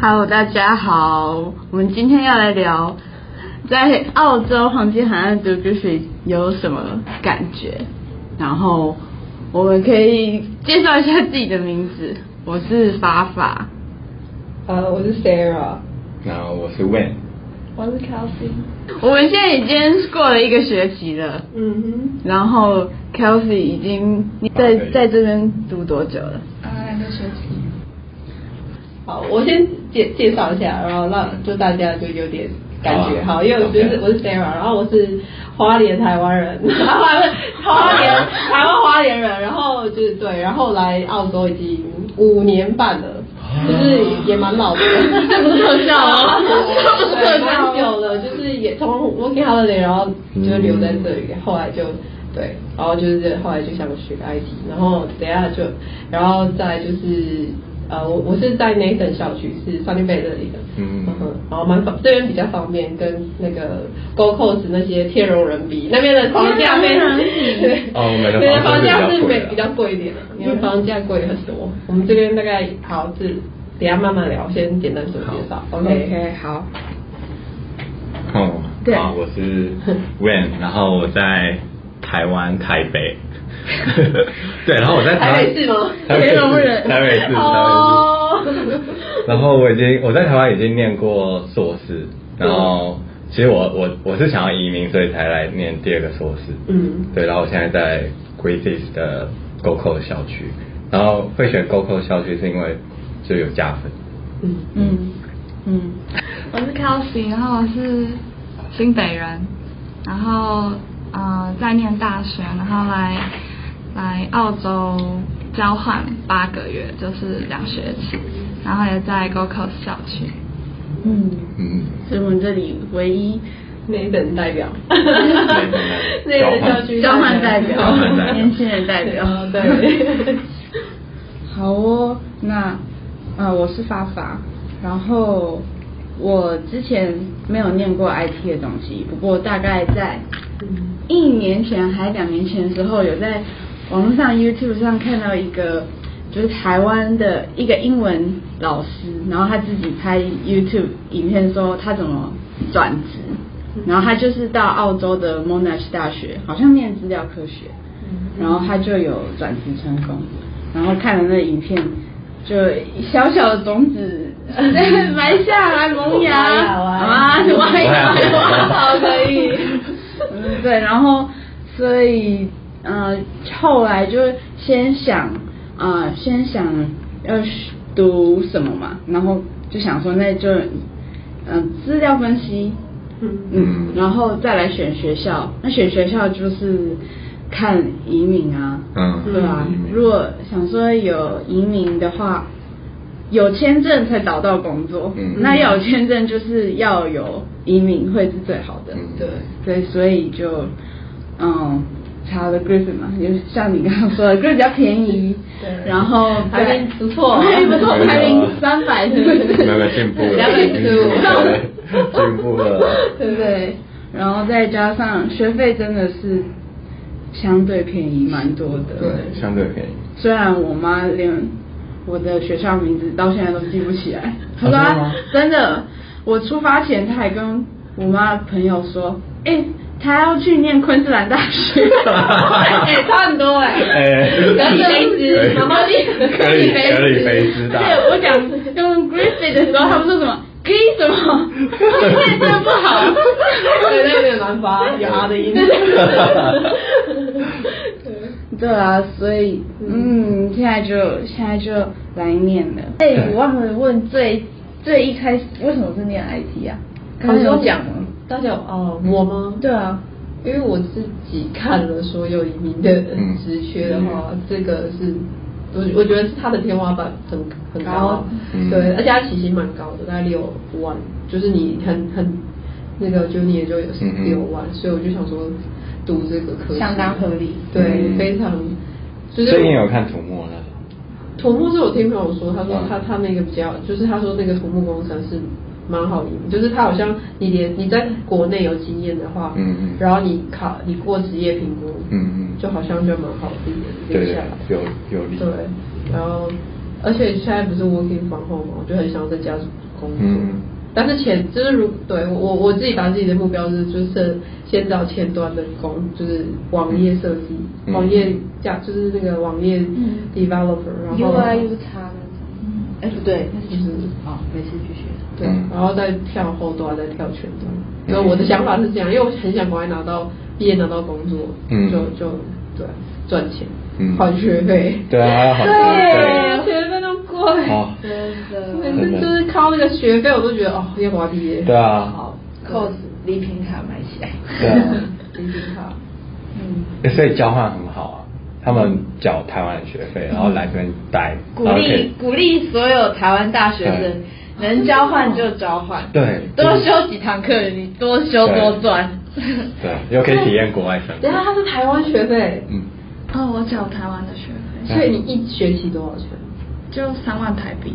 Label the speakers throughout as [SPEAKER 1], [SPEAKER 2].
[SPEAKER 1] Hello，大家好，我们今天要来聊在澳洲黄金海岸读读水有什么感觉，然后我们可以介绍一下自己的名字，我是法法，
[SPEAKER 2] 呃，我是 Sarah，
[SPEAKER 3] 然后我是 Wen，
[SPEAKER 2] 我是 Kelsey。
[SPEAKER 1] 我们现在已经过了一个学期了，
[SPEAKER 2] 嗯
[SPEAKER 1] 然后 Kelsey 已经你在在这边读多久了？
[SPEAKER 2] 哼，啊，两个学期。好，我先介介绍一下，然后让就大家就有点感觉，
[SPEAKER 3] 好啊
[SPEAKER 2] 好，因为我就是
[SPEAKER 3] OK
[SPEAKER 2] 我是 Sarah，然后我是花莲台湾人，花莲台湾花莲人，然后就是对，然后来澳洲已经五年半了。就是也蛮 老的，
[SPEAKER 1] 这不是特 效 啊这不是特
[SPEAKER 2] 对，
[SPEAKER 1] 效啊
[SPEAKER 2] 蛮久了，就是也从 working holiday，然后就留在这里，后来就对，然后就是后来就想学 IT，然后等一下就，然后再来就是呃，我我是在 Nathan 校区，是 Sunny Bay 这里的，
[SPEAKER 3] 嗯
[SPEAKER 2] 哼，然后蛮方这边比较方便，跟那个 Go Coast 那些天龙人比，那边的房价
[SPEAKER 1] 天
[SPEAKER 2] 没
[SPEAKER 1] 龙人 比
[SPEAKER 2] 对，
[SPEAKER 3] 哦我们的
[SPEAKER 2] 对
[SPEAKER 3] 房
[SPEAKER 2] 房
[SPEAKER 3] 价
[SPEAKER 2] 价
[SPEAKER 3] 是
[SPEAKER 2] 是没比
[SPEAKER 3] 比较贵的
[SPEAKER 2] 较贵一点的，因为房价贵很多，我们这边大概好是。等一下慢慢聊，先简单做介绍。OK，
[SPEAKER 1] 好，
[SPEAKER 3] 哦，
[SPEAKER 1] 对
[SPEAKER 3] 啊，我是 Wen，然后我在台湾台北，对，然后我在台湾
[SPEAKER 2] 台北市吗
[SPEAKER 3] 台北市
[SPEAKER 1] 天龙人
[SPEAKER 3] 台北市，台北市。
[SPEAKER 2] 哦，
[SPEAKER 3] 然后我已经我在台湾已经念过硕士，然后其实我我我是想要移民，所以才来念第二个硕士。
[SPEAKER 2] 嗯
[SPEAKER 3] 对，然后我现在在 Griffith 的 GoCo 校区，然后会选 GoCo 校区是因为就有加分。
[SPEAKER 2] 嗯，
[SPEAKER 1] 嗯嗯，
[SPEAKER 4] 我是 Kelsey，然后我是新北人，然后呃在念大学，然后来来澳洲交换八个月，就是两学期，然后也在 Gold Coast 校区。
[SPEAKER 1] 嗯，
[SPEAKER 3] 嗯，
[SPEAKER 1] 是我们这里唯一
[SPEAKER 2] 内等代表，
[SPEAKER 3] 内
[SPEAKER 2] 内
[SPEAKER 3] 等代表
[SPEAKER 2] 等校区
[SPEAKER 1] 交换代表
[SPEAKER 3] 交换代表
[SPEAKER 1] 年轻人代表
[SPEAKER 2] 对，
[SPEAKER 1] 好哦，那呃，我是法法，然后我之前没有念过 IT 的东西，不过大概在一年前还两年前的时候，有在网络上 YouTube 上看到一个就是台湾的一个英文老师，然后他自己拍 YouTube 影片说他怎么转职，然后他就是到澳洲的 Monash 大学，好像念资料科学，然后他就有转职成功，然后看了那影片，就小小的种 子埋下来萌芽
[SPEAKER 2] 挖呀挖呀
[SPEAKER 1] 啊，挖呀挖呀，
[SPEAKER 2] 好可以
[SPEAKER 1] 嗯，对，然后所以呃，后来就先想呃，先想要读什么嘛，然后就想说那就嗯、呃资料分析，
[SPEAKER 2] 嗯
[SPEAKER 1] 嗯，然后再来选学校。那选学校就是看移民啊，
[SPEAKER 3] 嗯
[SPEAKER 1] 对啊
[SPEAKER 3] 移民。
[SPEAKER 1] 如果想说有移民的话，有签证才找到工作。
[SPEAKER 3] 嗯
[SPEAKER 1] 那要有签证就是要有移民会是最好的。
[SPEAKER 3] 嗯
[SPEAKER 2] 对，
[SPEAKER 1] 对，所以就嗯。查了 Griffin 嘛，就像你刚刚说的，Griffin 比 较便宜，
[SPEAKER 2] 对
[SPEAKER 1] 然后
[SPEAKER 2] 排
[SPEAKER 1] 对
[SPEAKER 2] 名不错
[SPEAKER 1] 排名不错，
[SPEAKER 3] 没有
[SPEAKER 1] 排名三百，
[SPEAKER 3] 没有进步了，
[SPEAKER 2] 两百
[SPEAKER 3] 进
[SPEAKER 2] 十
[SPEAKER 3] 步
[SPEAKER 2] 五
[SPEAKER 3] 了，进步了。
[SPEAKER 1] 对不对？然后再加上学费真的是相对便宜蛮多的。
[SPEAKER 3] 对，相对便宜。
[SPEAKER 1] 虽然我妈连我的学校名字到现在都记不起来，她说
[SPEAKER 3] 啊真的
[SPEAKER 1] 她真
[SPEAKER 3] 吗
[SPEAKER 1] 的，我出发前她还跟我妈朋友说，哎、她要去念昆士兰大 学，
[SPEAKER 2] 哎，差很多哎，
[SPEAKER 3] 哎
[SPEAKER 2] 可以飞
[SPEAKER 3] 可以
[SPEAKER 2] 之，妈妈力，
[SPEAKER 3] 可以可以飞知道。
[SPEAKER 1] 对，我讲用 Griffith 的时候，他们说什么？可以什么？会真的不好。
[SPEAKER 2] 对，那有点难发，有啊的音，
[SPEAKER 1] 对啊，所以嗯，现在就现在就来念了。哎、我忘了问最最一开始为什么是念 IT 啊？刚刚有讲吗？
[SPEAKER 2] 大家有哦，我吗？
[SPEAKER 1] 对啊，
[SPEAKER 2] 因为我自己看了所有移民的
[SPEAKER 3] 嗯
[SPEAKER 2] 职缺的话，这个是我我觉得是它的天花板很很高，啊
[SPEAKER 3] 嗯
[SPEAKER 2] 对，而且它起薪蛮高的，大概六万，就是你很很那个就你也就有
[SPEAKER 3] 嗯嗯
[SPEAKER 2] 六万，所以我就想说读这个科系
[SPEAKER 1] 相当合理
[SPEAKER 2] 对，
[SPEAKER 3] 嗯
[SPEAKER 2] 非常就是
[SPEAKER 3] 最近有看土木了，
[SPEAKER 2] 土木是我听朋友说，他说
[SPEAKER 3] 嗯
[SPEAKER 2] 他他那个比较，就是他说那个土木工程是蛮好移民，就是他好像你连你在国内有经验的话，
[SPEAKER 3] 嗯嗯
[SPEAKER 2] 然后你考你过职业评估，
[SPEAKER 3] 嗯嗯
[SPEAKER 2] 就好像就蛮好移民
[SPEAKER 3] 对
[SPEAKER 2] 留下
[SPEAKER 3] 对
[SPEAKER 2] 来，，
[SPEAKER 3] 有有理。
[SPEAKER 2] 对，然后而且现在不是 working from home 嘛，我就很想要在家工作。
[SPEAKER 3] 嗯
[SPEAKER 2] 但是前就是如对我我我自己把自己的目标是就是先找前端的工，就是网页设计、
[SPEAKER 3] 嗯
[SPEAKER 2] 网页架，就是那个网页 developer，、然后嗯
[SPEAKER 1] UI U 叉那种。哎，不对，那其实哦，没事，继续。
[SPEAKER 2] 对
[SPEAKER 3] 嗯，
[SPEAKER 2] 然后再跳后端，再跳前端。所以我的想法是这样，因为我很想赶快拿到毕业拿到工作，
[SPEAKER 3] 嗯
[SPEAKER 2] 就就对赚钱，
[SPEAKER 3] 嗯
[SPEAKER 2] 还学费。
[SPEAKER 3] 对啊，还有好
[SPEAKER 2] 对，
[SPEAKER 3] 对啊哦
[SPEAKER 2] 学费都贵。
[SPEAKER 3] 好，
[SPEAKER 1] 真
[SPEAKER 2] 每
[SPEAKER 1] 的
[SPEAKER 2] 次就是靠那个学费，我都觉得哦，要赶快毕业。
[SPEAKER 3] 对啊
[SPEAKER 2] 好，
[SPEAKER 1] ，cos 礼品卡买起来。
[SPEAKER 3] 对啊，
[SPEAKER 1] 礼品卡。嗯，
[SPEAKER 3] 所以交换很好啊。他们缴台湾的学费，然后来这边待，
[SPEAKER 1] 鼓
[SPEAKER 3] 然后可
[SPEAKER 1] 励
[SPEAKER 3] 以
[SPEAKER 1] 鼓励所有台湾大学生
[SPEAKER 3] 对，
[SPEAKER 1] 能交换就交换，
[SPEAKER 3] 对
[SPEAKER 1] 多修几堂课，你多修
[SPEAKER 3] 对
[SPEAKER 1] 多赚。
[SPEAKER 3] 对，又可以体验国外生
[SPEAKER 2] 等一
[SPEAKER 3] 活。
[SPEAKER 2] 下他是台湾学费，
[SPEAKER 3] 嗯，
[SPEAKER 4] 哦，我缴台湾的学费，
[SPEAKER 2] 所以你一学期多少钱？
[SPEAKER 4] 就三万台币。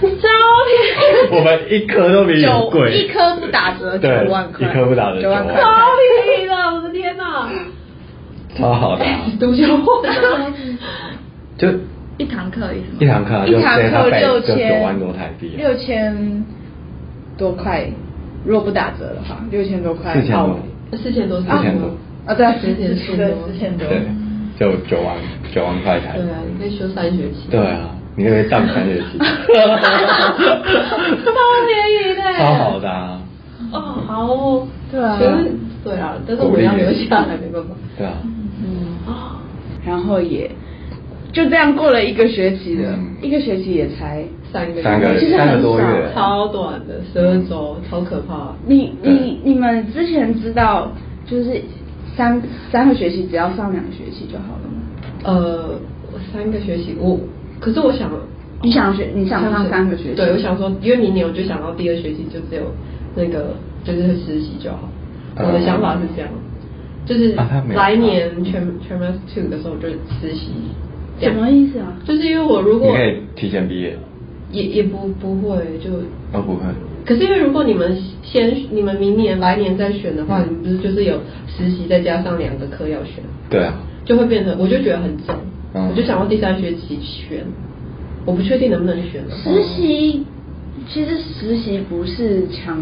[SPEAKER 2] 超便宜，
[SPEAKER 3] 我们一科都比你
[SPEAKER 1] 九
[SPEAKER 3] 贵，
[SPEAKER 1] 一科不打折九
[SPEAKER 3] 对
[SPEAKER 1] 万块，
[SPEAKER 3] 一科不打折
[SPEAKER 1] 九万
[SPEAKER 3] 9
[SPEAKER 1] 块
[SPEAKER 3] 万，
[SPEAKER 2] 超便宜了，我的天哪！
[SPEAKER 3] 超好的啊，
[SPEAKER 2] 读小话，
[SPEAKER 3] 就
[SPEAKER 4] 一堂课意思吗？
[SPEAKER 3] 一堂课啊
[SPEAKER 1] 一
[SPEAKER 3] 就
[SPEAKER 1] 堂
[SPEAKER 3] 这
[SPEAKER 1] 课
[SPEAKER 3] 样费
[SPEAKER 1] 六
[SPEAKER 3] 就
[SPEAKER 1] 千
[SPEAKER 3] 九万多台币啊，
[SPEAKER 1] 六千多块，如果不打折的话，六千多块
[SPEAKER 3] 四千
[SPEAKER 1] 澳
[SPEAKER 3] 多
[SPEAKER 1] 元，
[SPEAKER 2] 四千多，四
[SPEAKER 3] 四千多，
[SPEAKER 1] 啊，对啊，
[SPEAKER 2] 四千
[SPEAKER 1] 四
[SPEAKER 2] 多
[SPEAKER 1] 对四千多，
[SPEAKER 3] 对，就九万九万块台
[SPEAKER 2] 对
[SPEAKER 3] 币，
[SPEAKER 2] 啊，你可以修三学期。
[SPEAKER 3] 对啊，你那个当三学期，
[SPEAKER 2] 超便宜的。
[SPEAKER 3] 超好的啊，
[SPEAKER 2] 哦，好哦。
[SPEAKER 1] 对啊
[SPEAKER 2] 可是对啊，但是我们要留下来，没办法。
[SPEAKER 3] 对啊，
[SPEAKER 2] 啊，
[SPEAKER 1] 然后也就这样过了一个学期了，
[SPEAKER 3] 嗯
[SPEAKER 1] 一个学期也才
[SPEAKER 2] 三个
[SPEAKER 3] 三个
[SPEAKER 1] 其实很
[SPEAKER 3] 三个多
[SPEAKER 1] 少
[SPEAKER 3] 月，
[SPEAKER 2] 超短的，十二周，超可怕。
[SPEAKER 1] 你
[SPEAKER 3] 对
[SPEAKER 1] 你你们之前知道就是三三个学期只要上两个学期就好了吗？
[SPEAKER 2] 呃，我三个学期，我可是我想，
[SPEAKER 1] 你想
[SPEAKER 2] 哦
[SPEAKER 1] 学你想上三个学期？
[SPEAKER 2] 对，我想说，因为明年我就想到第二学期就只有那个就是实习就好。我的想法是这样，就是
[SPEAKER 3] 呃啊他没有
[SPEAKER 2] 来年 term term two 的时候我就实习。
[SPEAKER 1] 什么意思啊？
[SPEAKER 2] 就是因为我如
[SPEAKER 3] 你
[SPEAKER 2] 果
[SPEAKER 3] 可以提前毕业，
[SPEAKER 2] 也也不不会就，
[SPEAKER 3] 哦不会，
[SPEAKER 2] 可是因为如果你们先你们明年来年再选的话，
[SPEAKER 3] 嗯
[SPEAKER 2] 你们不是就是有实习再加上两个科要选，
[SPEAKER 3] 对啊，
[SPEAKER 2] 就会变成我就觉得很重，
[SPEAKER 3] 嗯
[SPEAKER 2] 我就想要第三学期选，我不确定能不能选啊。
[SPEAKER 1] 实习其实实习不是强，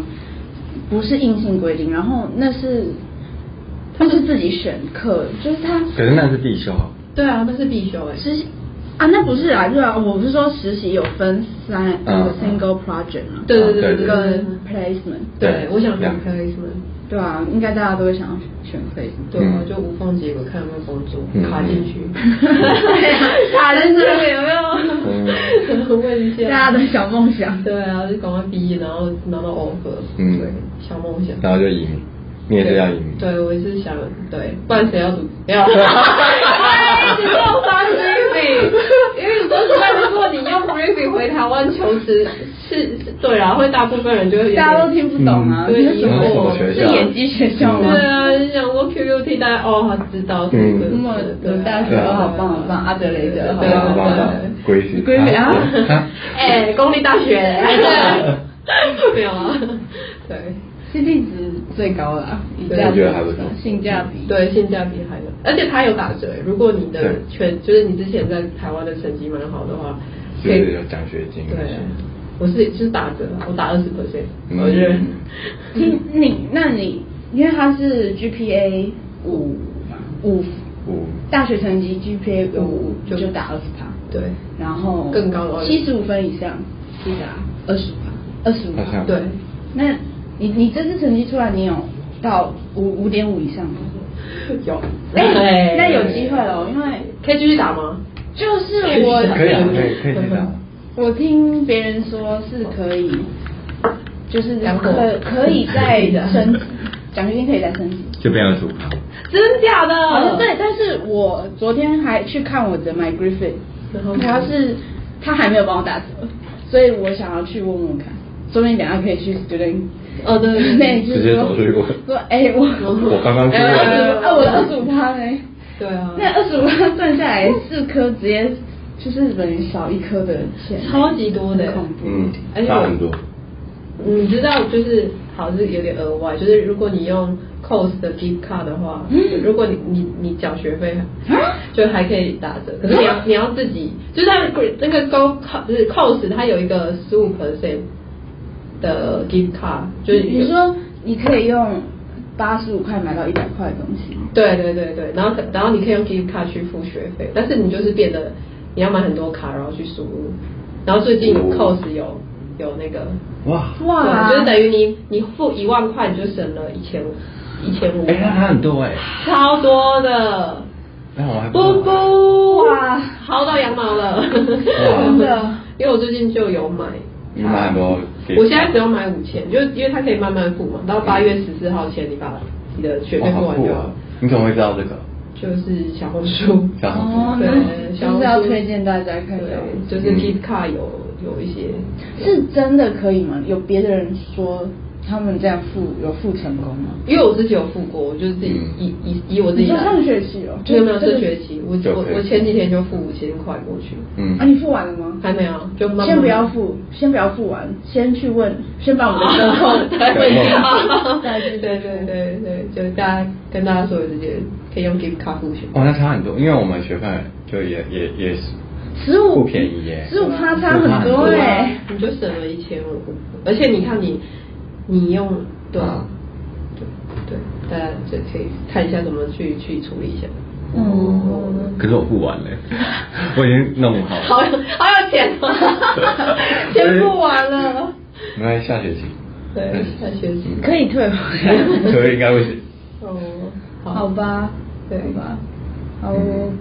[SPEAKER 1] 不是硬性规定，然后那是那是自己选课，就是他
[SPEAKER 3] 可是那是必修啊，
[SPEAKER 2] 对啊，那是必修哎、
[SPEAKER 1] 实习啊，那不是啊，对啊，我不是说实习有分三那个
[SPEAKER 3] 嗯
[SPEAKER 1] single project 嘛，
[SPEAKER 2] 对对
[SPEAKER 3] 对
[SPEAKER 2] 对对对
[SPEAKER 1] 跟 placement，
[SPEAKER 2] 对，
[SPEAKER 3] 嗯对
[SPEAKER 2] 我想选
[SPEAKER 3] 两个
[SPEAKER 2] placement，
[SPEAKER 1] 对啊，应该大家都会想要选 placement，
[SPEAKER 2] 对啊，
[SPEAKER 3] 嗯
[SPEAKER 2] 就无缝接轨看有没有工作
[SPEAKER 3] 嗯
[SPEAKER 2] 卡进去，
[SPEAKER 1] 卡在这个有没有？
[SPEAKER 3] 嗯
[SPEAKER 2] 问一下
[SPEAKER 1] 大家的小梦想，
[SPEAKER 2] 对啊，就赶快毕业，然后拿到 offer，
[SPEAKER 3] 嗯
[SPEAKER 2] 对，小梦想。
[SPEAKER 3] 然后就移民，你也是要移民，
[SPEAKER 2] 对，我也是想，对，不然谁要读？没 有，哎，你又发 briefing，因为你都是在如果你用 briefing 回台湾求职，是是，对啊，会大部分人就会有点
[SPEAKER 1] 大家都听不懂啊，
[SPEAKER 2] 嗯
[SPEAKER 1] 这是什
[SPEAKER 2] 对
[SPEAKER 1] 么？
[SPEAKER 3] 什么学
[SPEAKER 1] 是
[SPEAKER 3] 校
[SPEAKER 1] 演技学校吗？
[SPEAKER 2] 对啊，就想说 QQT，大家哦，他知道是一个
[SPEAKER 1] 嗯
[SPEAKER 2] 对啊
[SPEAKER 1] 大学哦好棒好棒阿德雷德
[SPEAKER 2] 对
[SPEAKER 1] 好棒好棒
[SPEAKER 2] 啊对啊
[SPEAKER 1] 好棒
[SPEAKER 3] 规矩
[SPEAKER 1] 规矩啊
[SPEAKER 3] 啊
[SPEAKER 2] 哎，公立 大学，没有啊，对。
[SPEAKER 1] 是地址最高了啊，以价
[SPEAKER 3] 我觉得还
[SPEAKER 1] 比
[SPEAKER 3] 不错
[SPEAKER 1] 性价比。
[SPEAKER 2] 对，性价比还有，而且它有打折。如果你的
[SPEAKER 3] 对
[SPEAKER 2] 全就是你之前在台湾的成绩蛮好的话，
[SPEAKER 3] 就
[SPEAKER 2] 可以
[SPEAKER 3] 是有奖学金啊那
[SPEAKER 2] 对啊
[SPEAKER 3] 些，，
[SPEAKER 2] 我是就是打折，我打二十 percent，
[SPEAKER 3] 嗯
[SPEAKER 2] 我觉得
[SPEAKER 1] 听你，那你因为他是 GPA 五五，
[SPEAKER 3] 五
[SPEAKER 1] 大学成绩 GPA 五
[SPEAKER 2] 五
[SPEAKER 1] 就
[SPEAKER 2] 就
[SPEAKER 1] 打二十趴，
[SPEAKER 2] 对
[SPEAKER 1] 然后
[SPEAKER 2] 更高的
[SPEAKER 1] 七十五分以上是啊打二十趴，二十五
[SPEAKER 3] 好像
[SPEAKER 2] 对，
[SPEAKER 1] 那你你这次成绩出来，你有到五五点五以上吗？
[SPEAKER 2] 有，
[SPEAKER 1] 哎，那有
[SPEAKER 2] 对
[SPEAKER 1] 机会喽，因为
[SPEAKER 2] 可以继续打吗？
[SPEAKER 1] 就是我
[SPEAKER 3] 可以啊，可以可以这样，
[SPEAKER 1] 我听别人说是可以，就是
[SPEAKER 2] 然后
[SPEAKER 1] 可可以再升 级，奖学金可以再升级。
[SPEAKER 3] 就变成主考，
[SPEAKER 2] 真假的？
[SPEAKER 1] 好像对，但是我昨天还去看我的 My Griffin，
[SPEAKER 2] 然后
[SPEAKER 1] 他是他还没有帮我打折，所以我想要去问问看，说不定等下可以去 student。
[SPEAKER 2] 哦对对对
[SPEAKER 1] 那你是
[SPEAKER 3] 直接
[SPEAKER 1] 说
[SPEAKER 3] 走出去问
[SPEAKER 1] 说哎我
[SPEAKER 3] 我刚刚出
[SPEAKER 1] 哎
[SPEAKER 3] 来
[SPEAKER 1] 我哎我的二十五趴呢？
[SPEAKER 2] 对啊，
[SPEAKER 1] 那二十五趴算下来四颗直接就是等于少一颗的钱，
[SPEAKER 2] 超级多的
[SPEAKER 1] 很恐怖。
[SPEAKER 3] 嗯
[SPEAKER 2] 而，且我
[SPEAKER 3] 差很多，
[SPEAKER 2] 你知道就是好是有点额外，就是如果你用 Cost 的 Deep Cut 的话，
[SPEAKER 1] 嗯
[SPEAKER 2] 如果你你你缴学费，
[SPEAKER 1] 啊
[SPEAKER 2] 就还可以打折。可是你
[SPEAKER 1] 嗯
[SPEAKER 2] 要你要自己，就是它那个高 Cost 就是 Cost 它有一个十五 percent 的 Deep Cut，就是有
[SPEAKER 1] 你说你可以用八十五块买到一百块的东西，
[SPEAKER 2] 对对对对，然后可然后你可以用 gift 卡去付学费，但是你就是变得你要买很多卡，然后去输入，然后最近
[SPEAKER 3] 哦
[SPEAKER 2] cos 有有那个，
[SPEAKER 3] 哇，
[SPEAKER 1] 哇
[SPEAKER 2] 对就是等于你你付一万块，你就省了一千一千五
[SPEAKER 3] 哎、，那那很多哎、
[SPEAKER 2] 超多的，
[SPEAKER 3] 那我还不
[SPEAKER 2] 布布
[SPEAKER 1] 哇
[SPEAKER 2] 薅到羊毛了，
[SPEAKER 3] 真
[SPEAKER 1] 的，
[SPEAKER 2] 因为我最近就有买。
[SPEAKER 3] 你买很多，
[SPEAKER 2] 我现在只有买五千，就是因为它可以慢慢付嘛，到八月十四号前你把你的学费
[SPEAKER 3] 哇
[SPEAKER 2] 付
[SPEAKER 3] 好
[SPEAKER 2] 完就
[SPEAKER 3] 酷
[SPEAKER 2] 好
[SPEAKER 3] 啊。！你怎么会知道这个？
[SPEAKER 2] 就是小红书，
[SPEAKER 3] 小红
[SPEAKER 1] 哦
[SPEAKER 3] 书，
[SPEAKER 2] 对，小
[SPEAKER 1] 就是
[SPEAKER 2] 红书
[SPEAKER 1] 要推荐大家看小红
[SPEAKER 2] 对，
[SPEAKER 1] 书
[SPEAKER 2] 就是 Gift Card 有有一些，
[SPEAKER 1] 是真的可以吗？有别的人说他们这样付有付成功吗？
[SPEAKER 2] 因为我自己有付过，我就是自己
[SPEAKER 3] 嗯
[SPEAKER 2] 以以以我自己
[SPEAKER 1] 你说
[SPEAKER 2] 来
[SPEAKER 1] 上学期哦
[SPEAKER 2] 没有没有
[SPEAKER 1] 这个
[SPEAKER 2] 这学期，我
[SPEAKER 3] 就
[SPEAKER 2] 我
[SPEAKER 3] 可以
[SPEAKER 2] 我前几天就付五千块过去，
[SPEAKER 3] 嗯，
[SPEAKER 1] 啊，你付完了吗？
[SPEAKER 2] 还没有，就慢慢
[SPEAKER 1] 先不要付，先不要付完，先去问，先把我们的折扣问一下，再去
[SPEAKER 2] 对对对
[SPEAKER 1] 付
[SPEAKER 2] 对对，就大家跟大家说直接可以用 Gift Card 付钱，
[SPEAKER 3] 哦，那差很多，因为我们学费就也也也是
[SPEAKER 1] 十五
[SPEAKER 3] 不便宜耶，
[SPEAKER 1] 十五趴差很多
[SPEAKER 3] 对
[SPEAKER 1] 哎、
[SPEAKER 2] 啊你就省了一千五，而且你看你你用对啊对对，大家就可以看一下怎么去去处理一下。哦
[SPEAKER 1] 嗯，
[SPEAKER 3] 可是我付完了，我已经弄好
[SPEAKER 2] 好
[SPEAKER 3] 了，
[SPEAKER 2] 有好有钱 哦， 钱付完了。
[SPEAKER 3] 没关系，下学期，
[SPEAKER 2] 对，下学期。
[SPEAKER 1] 可以退回来。
[SPEAKER 3] 所以应该会是
[SPEAKER 2] 哦，
[SPEAKER 1] 好
[SPEAKER 2] 好，
[SPEAKER 1] 吧，
[SPEAKER 2] 对
[SPEAKER 1] 好吧，好哦，